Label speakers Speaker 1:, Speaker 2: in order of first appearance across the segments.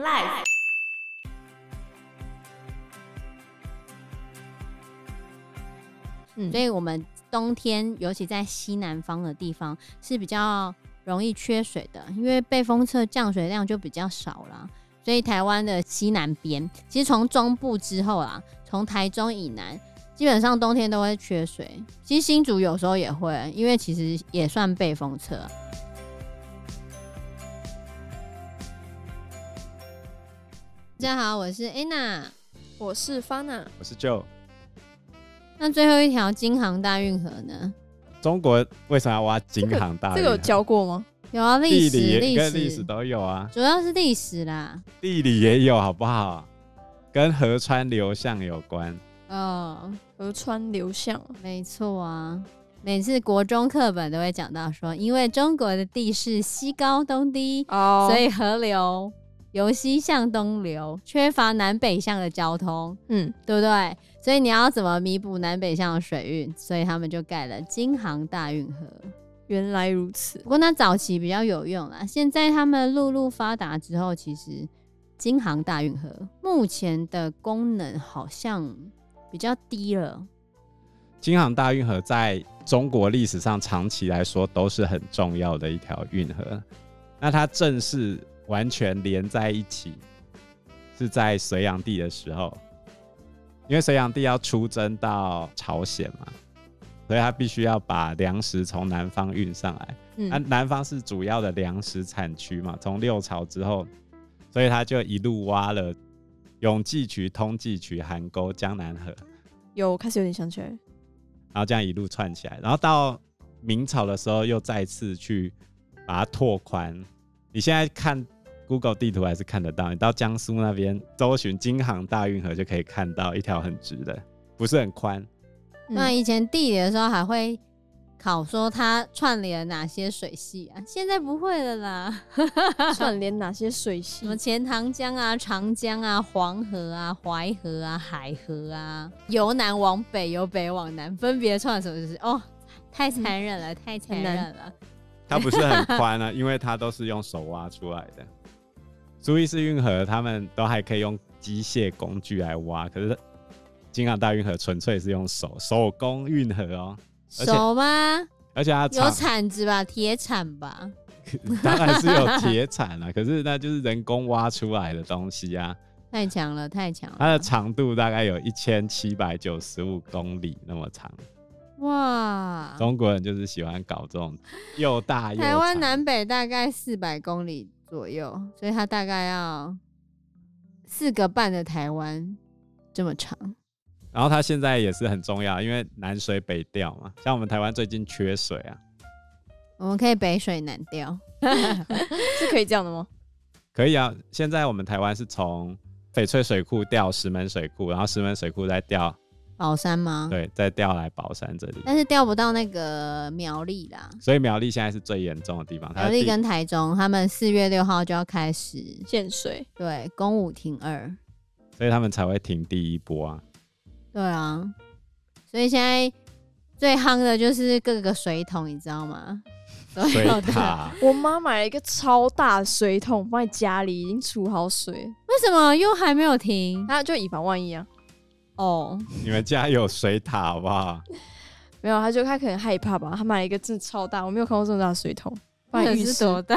Speaker 1: Life。
Speaker 2: 所以我们冬天，尤其在西南方的地方是比较容易缺水的，因为被风侧降水量就比较少啦。所以台湾的西南边，其实从中部之后啊，从台中以南，基本上冬天都会缺水。其实新竹有时候也会，因为其实也算被风侧啊。大家好，我是 Anna。
Speaker 1: 我是 Fana，
Speaker 3: 我是 Joe。
Speaker 2: 那最后一条京杭大运河呢？
Speaker 3: 中国为啥要挖京杭大
Speaker 1: 这
Speaker 3: 运
Speaker 1: 个有
Speaker 3: 河？
Speaker 1: 教过吗？
Speaker 2: 有啊，历
Speaker 3: 地
Speaker 2: 史
Speaker 3: 理跟历
Speaker 2: 历
Speaker 3: 史
Speaker 2: 史
Speaker 3: 都有啊，
Speaker 2: 主要是历史啦。
Speaker 3: 地理也有好不好？跟河川流向有关。
Speaker 2: 哦，
Speaker 1: 河川流向，
Speaker 2: 没错啊，每次国中课本都会讲到说，因为中国的地势西高东低，
Speaker 1: 哦
Speaker 2: 所
Speaker 1: 所以
Speaker 2: 以河流由西向东流，缺乏南北向的交通，
Speaker 1: 嗯，
Speaker 2: 对不对？所以你要怎么弥补南北向的水运？所以他们就盖了京杭大运河。
Speaker 1: 原来如此
Speaker 2: 不。过那早期比较有用啦，现在他们陆路发达之后，其实京杭大运河目前的功能好像比较低了。
Speaker 3: 京杭大运河在中国历史上长期来说都是很重要的一条运河，那它正式完全连在一起是在隋炀帝的时候，因为隋炀帝要出征到朝鲜嘛，所以他必须要把粮食从南方运上来。那、
Speaker 1: 嗯，
Speaker 3: 南方是主要的粮食产区嘛，从六朝之后，所以他就一路挖了永济渠、通济渠、邗沟、江南河，
Speaker 1: 有开始有点想起来，
Speaker 3: 然后这样一路串起来，然后到明朝的时候又再次去把它拓宽。你现在看 Google 地图还是看得到，你到江苏那边搜寻京杭大运河就可以看到一条很直的，不是很宽，
Speaker 2: 那
Speaker 1: 嗯
Speaker 2: 以前地理的时候还会考说它串联了哪些水系啊，现在不会了啦。
Speaker 1: 串联哪些水系
Speaker 2: 什么？钱塘江啊、长江啊、黄河啊、淮河啊、海河啊，由南往北，由北往南，分别串什么就是哦，太残忍了，太残
Speaker 1: 很难
Speaker 2: 忍了。
Speaker 3: 它不是很宽啊，因为它都是用手挖出来的。苏伊士运河他们都还可以用机械工具来挖，可是京杭大运河纯粹是用手手工运河哦，而且
Speaker 2: 手吗？
Speaker 3: 而且它
Speaker 2: 有
Speaker 3: 长
Speaker 2: 铲子吧，铁铲吧。
Speaker 3: 当然是有铁铲啊，可 是那就是人工挖出来的东西啊。
Speaker 2: 太强了，太强
Speaker 3: 它的
Speaker 2: 了！
Speaker 3: 长度大概有一千七百九十五公里那么长。
Speaker 2: 哇，
Speaker 3: 中国人就是喜欢搞这种又大又
Speaker 2: 啊台湾
Speaker 3: 长。
Speaker 2: 南北大概四百公里左右，所以它大概要四个半的台湾这么长。
Speaker 3: 然后它现在也是很重要，因为南水北调嘛。像我们台湾最近缺水啊，
Speaker 2: 我们可以北水南调，
Speaker 1: 是可以这样的吗？
Speaker 3: 可以啊。现在我们台湾是从翡翠水库调石门水库，然后石门水库再
Speaker 2: 啊
Speaker 3: 调，
Speaker 2: 宝山吗？。
Speaker 3: 对，再调来宝山这里。
Speaker 2: 但是调不到那个苗栗啦，
Speaker 3: 所以苗栗现在是最严重的地方，它
Speaker 2: 苗
Speaker 3: 的
Speaker 2: 栗
Speaker 3: 地
Speaker 2: 跟台中，他们四月六号就要开始
Speaker 1: 建水，
Speaker 2: 对公五停二，
Speaker 3: 所以他们才会停第一波 啊。
Speaker 2: 对啊，所以现在最夯的就是各个水桶，你知道吗？所
Speaker 3: 水
Speaker 2: 有的
Speaker 3: 塔，
Speaker 1: 我妈买了一个超大的水桶放在家里，已经储好水了，
Speaker 2: 为什么又还没有停？
Speaker 1: 那就以防万一啊。
Speaker 2: 哦，
Speaker 3: 你们家有水塔好不好？
Speaker 1: 没有，她就她可能害怕吧，她买了一个真的超大，我没有看过这么大的水桶，放在
Speaker 2: 那
Speaker 1: 浴
Speaker 2: 是
Speaker 1: 室
Speaker 2: 多大？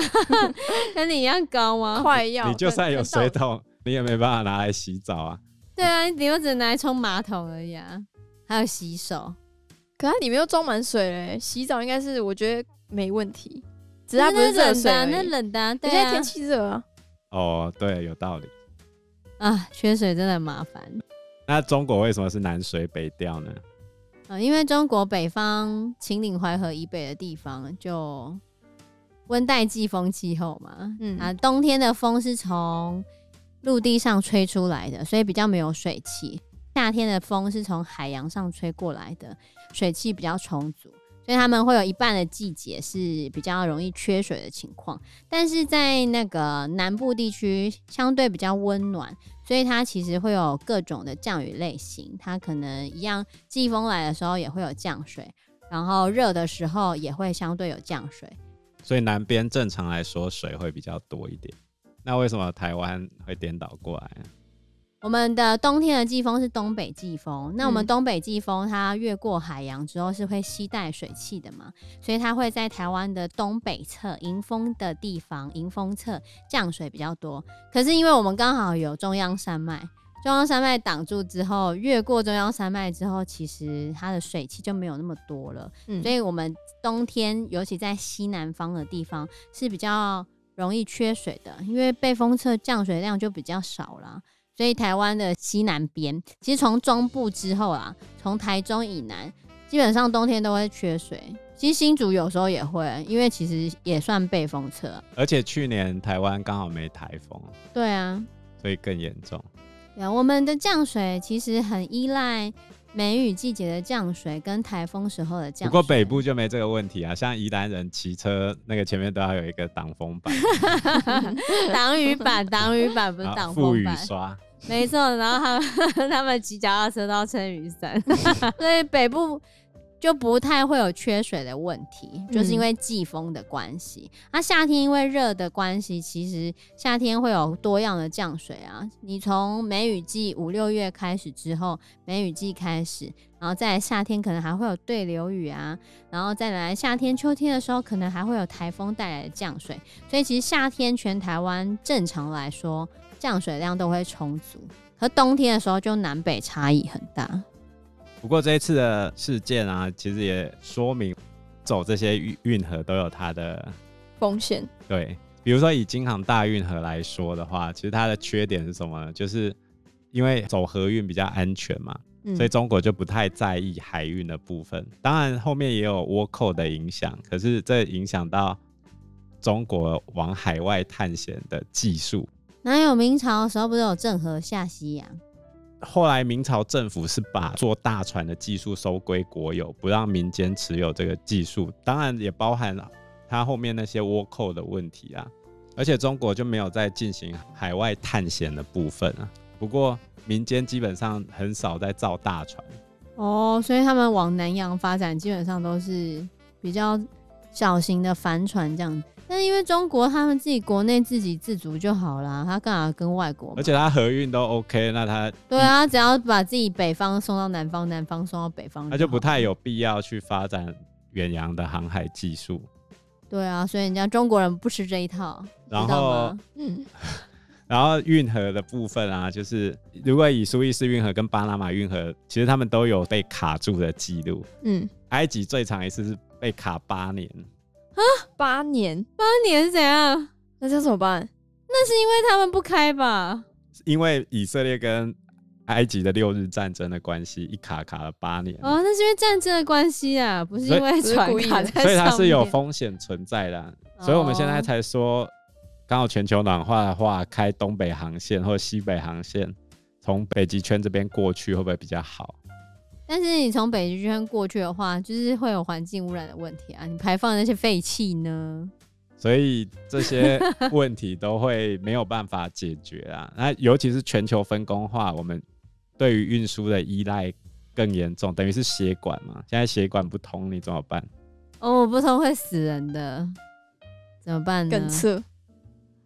Speaker 2: 跟你一样高 吗？
Speaker 1: 快要，
Speaker 3: 你就算有水
Speaker 1: 桶，
Speaker 3: 桶，你也没办法拿来洗澡啊。
Speaker 2: 对啊，你又只能拿来冲马桶而已啊，还有洗手。
Speaker 1: 可它里面又装满水嘞、洗澡应该是我觉得没问题，只是它不
Speaker 2: 那
Speaker 1: 是热
Speaker 2: 冷
Speaker 1: 水
Speaker 2: 的
Speaker 1: 而
Speaker 2: 啊，
Speaker 1: 已，
Speaker 2: 那冷的啊，
Speaker 1: 可
Speaker 2: 对
Speaker 1: 现在
Speaker 2: 啊
Speaker 1: 天气热啊，
Speaker 3: 哦，对，有道理。
Speaker 2: 啊，缺水真的很麻烦
Speaker 3: 那中国为什么是南水北调呢？
Speaker 2: 啊，因为中国北方秦岭淮河以北的地方就温带季风气候嘛，
Speaker 1: 嗯
Speaker 2: 啊，冬天的风是从陆地上吹出来的，所以比较没有水汽；夏天的风是从海洋上吹过来的，水汽比较充足，所以他们会有一半的季节是比较容易缺水的情况。但是在那个南部地区相对比较温暖，所以它其实会有各种的降雨类型，它可能一样季风来的时候也会有降水，然后热的时候也会相对有降水。
Speaker 3: 所以南边正常来说水会比较多一点，那为什么台湾会颠倒过来？
Speaker 2: 我们的冬天的季风是东北季风，那我们
Speaker 1: 嗯
Speaker 2: 东北季风它越过海洋之后是会吸带水汽的嘛，所以它会在台湾的东北侧迎风的地方，迎风侧降水比较多。可是因为我们刚好有中央山脉，中央山脉挡住之后，越过中央山脉之后，其实它的水汽就没有那么多了，
Speaker 1: 嗯
Speaker 2: 所以我们冬天尤其在西南方的地方是比较容易缺水的，因为被风侧降水量就比较少啦。所以台湾的西南边，其实从中部之后啊，从台中以南，基本上冬天都会缺水。其实新竹有时候也会，因为其实也算被风侧啊。
Speaker 3: 而且去年台湾刚好没台风，
Speaker 2: 对啊，
Speaker 3: 所以更严重。
Speaker 2: 对啊，我们的降水其实很依赖梅雨季节的降水跟台风时候的降水。
Speaker 3: 不过 北部就没这个问题啊，像宜兰人骑车那个前面都要有一个挡风板，
Speaker 2: 挡雨板，挡雨 板不是
Speaker 3: 然后
Speaker 2: 挡
Speaker 3: 啊副
Speaker 2: 风
Speaker 3: 雨
Speaker 2: 板，
Speaker 3: 刷，
Speaker 2: 没错。然后他们 他们骑脚踏车都要撑雨伞， 所以北部就不太会有缺水的问题，就是因为季风的关系。那、夏天因为热的关系，其实夏天会有多样的降水啊。你从梅雨季五六月开始之后，梅雨季开始，然后再来夏天可能还会有对流雨啊，然后再来夏天、秋天的时候，可能还会有台风带来的降水。所以其实夏天全台湾正常来说降水量都会充足，可冬天的时候就南北差异很大。
Speaker 3: 不过这一次的事件啊，其实也说明走这些运运河都有它的
Speaker 1: 风险，
Speaker 3: 对。比如说以京杭大运河来说的话，其实它的缺点是什么呢？就是因为走河运比较安全嘛，
Speaker 2: 嗯
Speaker 3: 所以中国就不太在意海运的部分。当然后面也有倭寇的影响，可是这影响到中国往海外探险的技术。
Speaker 2: 哪有明朝的时候不是有郑和下西洋？
Speaker 3: 后来明朝政府是把做大船的技术收归国有，不让民间持有这个技术，当然也包含了它后面那些倭寇的问题啊。而且中国就没有在进行海外探险的部分啊。不过民间基本上很少在造大船，
Speaker 2: 哦，所以他们往南洋发展基本上都是比较小型的帆船这样。但是因为中国他们自己国内自给自足就好啦，他干嘛跟外国买？
Speaker 3: 而且它河运都 OK，那它
Speaker 2: 对啊，只要把自己北方送到南方，南方送到北方好，
Speaker 3: 它就不太有必要去发展远洋的航海技术。
Speaker 2: 对啊。所以人家中国人不吃这一套，
Speaker 3: 然
Speaker 2: 知道
Speaker 3: 后
Speaker 2: 吗
Speaker 1: 嗯，
Speaker 3: 然后运河的部分啊，就是如果以苏伊士运河跟巴拿马运河，其实他们都有被卡住的记录。
Speaker 1: 嗯，
Speaker 3: 埃及最长一次是被卡八年，
Speaker 1: 八年，
Speaker 2: 那你是怎样？
Speaker 1: 那这样怎么办？
Speaker 2: 那是因为他们不开吧？
Speaker 3: 因为以色列跟埃及的六日战争的关系，一卡卡了八年，
Speaker 2: 哦，那是因为战争的关系啊，不是因为
Speaker 1: 所以
Speaker 2: 船
Speaker 1: 不是故意
Speaker 2: 卡
Speaker 1: 的
Speaker 2: 在
Speaker 3: 所以它
Speaker 2: 上
Speaker 3: 是有
Speaker 2: 面
Speaker 3: 风险存在的啊、所以我们现在才说，刚好全球暖化的话，开东北航线或西北航线，从北极圈这边过去会不会比较好？
Speaker 2: 但是你从北极圈过去的话，就是会有环境污染的问题啊！你排放的那些废气呢？
Speaker 3: 所以 这些问题都会没有办法解决啊。那尤其是全球分工化，我们对于运输的依赖更严重，等于是血管嘛。现在血管不通，你怎么办？
Speaker 2: 哦，我不通会死人的，怎么办呢？
Speaker 1: 梗塞，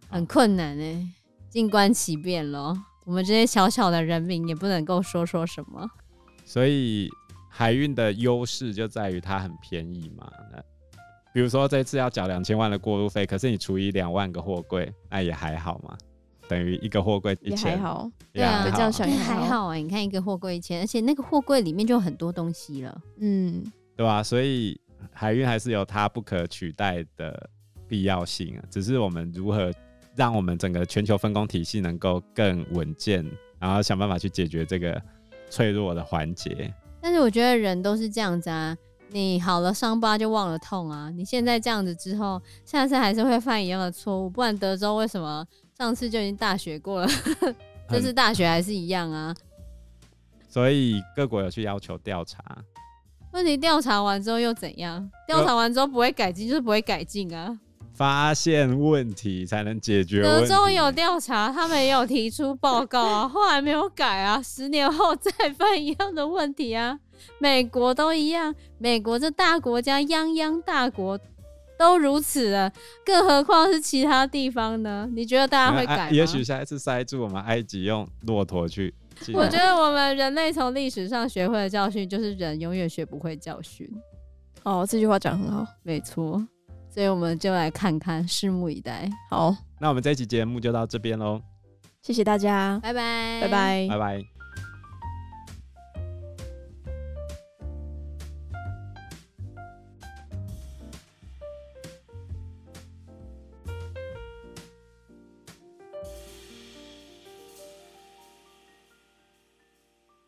Speaker 2: 很困难哎、静观其变咯。我们这些小小的人民也不能够说说什么。
Speaker 3: 所以海运的优势就在于它很便宜嘛。那比如说这次要缴两千万的过路费，可是你除以两万个货柜，那也还好嘛，等于一个货柜一
Speaker 1: 也还
Speaker 3: 千，
Speaker 1: 好，
Speaker 3: 也
Speaker 2: 对啊就
Speaker 3: 还
Speaker 1: 这
Speaker 3: 好
Speaker 1: 样想
Speaker 2: 哎
Speaker 1: 也
Speaker 2: 还，好哎、你看一个货柜一千，而且那个货柜里面就有很多东西了。
Speaker 1: 嗯，
Speaker 3: 对吧、所以海运还是有它不可取代的必要性啊。只是我们如何让我们整个全球分工体系能够更稳健，然后想办法去解决这个脆弱的环节。
Speaker 2: 但是我觉得人都是这样子啊，你好了伤疤就忘了痛啊。你现在这样子之后，下次还是会犯一样的错误。不然德州为什么上次就已经大学过了， 这次大学还是一样啊？
Speaker 3: 所以各国有去要求调查，
Speaker 2: 问题调查完之后又怎样？调查完之后不会改进，就是不会改进啊。
Speaker 3: 发现问题才能解决问
Speaker 2: 德
Speaker 3: 题。
Speaker 2: 州有调查，他们也有提出报告啊，后来没有改啊，十年后再犯一样的问题啊。美国都一样，美国这大国家泱泱大国，都如此了，更何况是其他地方呢？你觉得大家会
Speaker 3: 哎
Speaker 2: 改吗？
Speaker 3: 也许啊下一次塞住我们埃及用骆驼去进来。
Speaker 2: 我觉得我们人类从历史上学会的教训，就是人永远学不会教训。
Speaker 1: 哦，这句话讲得很好，
Speaker 2: 没错，所以我们就来看看，拭目以待。
Speaker 1: 好，
Speaker 3: 那我们这一期节目就到这边喽，
Speaker 1: 谢谢大家，
Speaker 2: 拜拜，
Speaker 1: 拜拜
Speaker 2: 哎
Speaker 3: 拜。拜。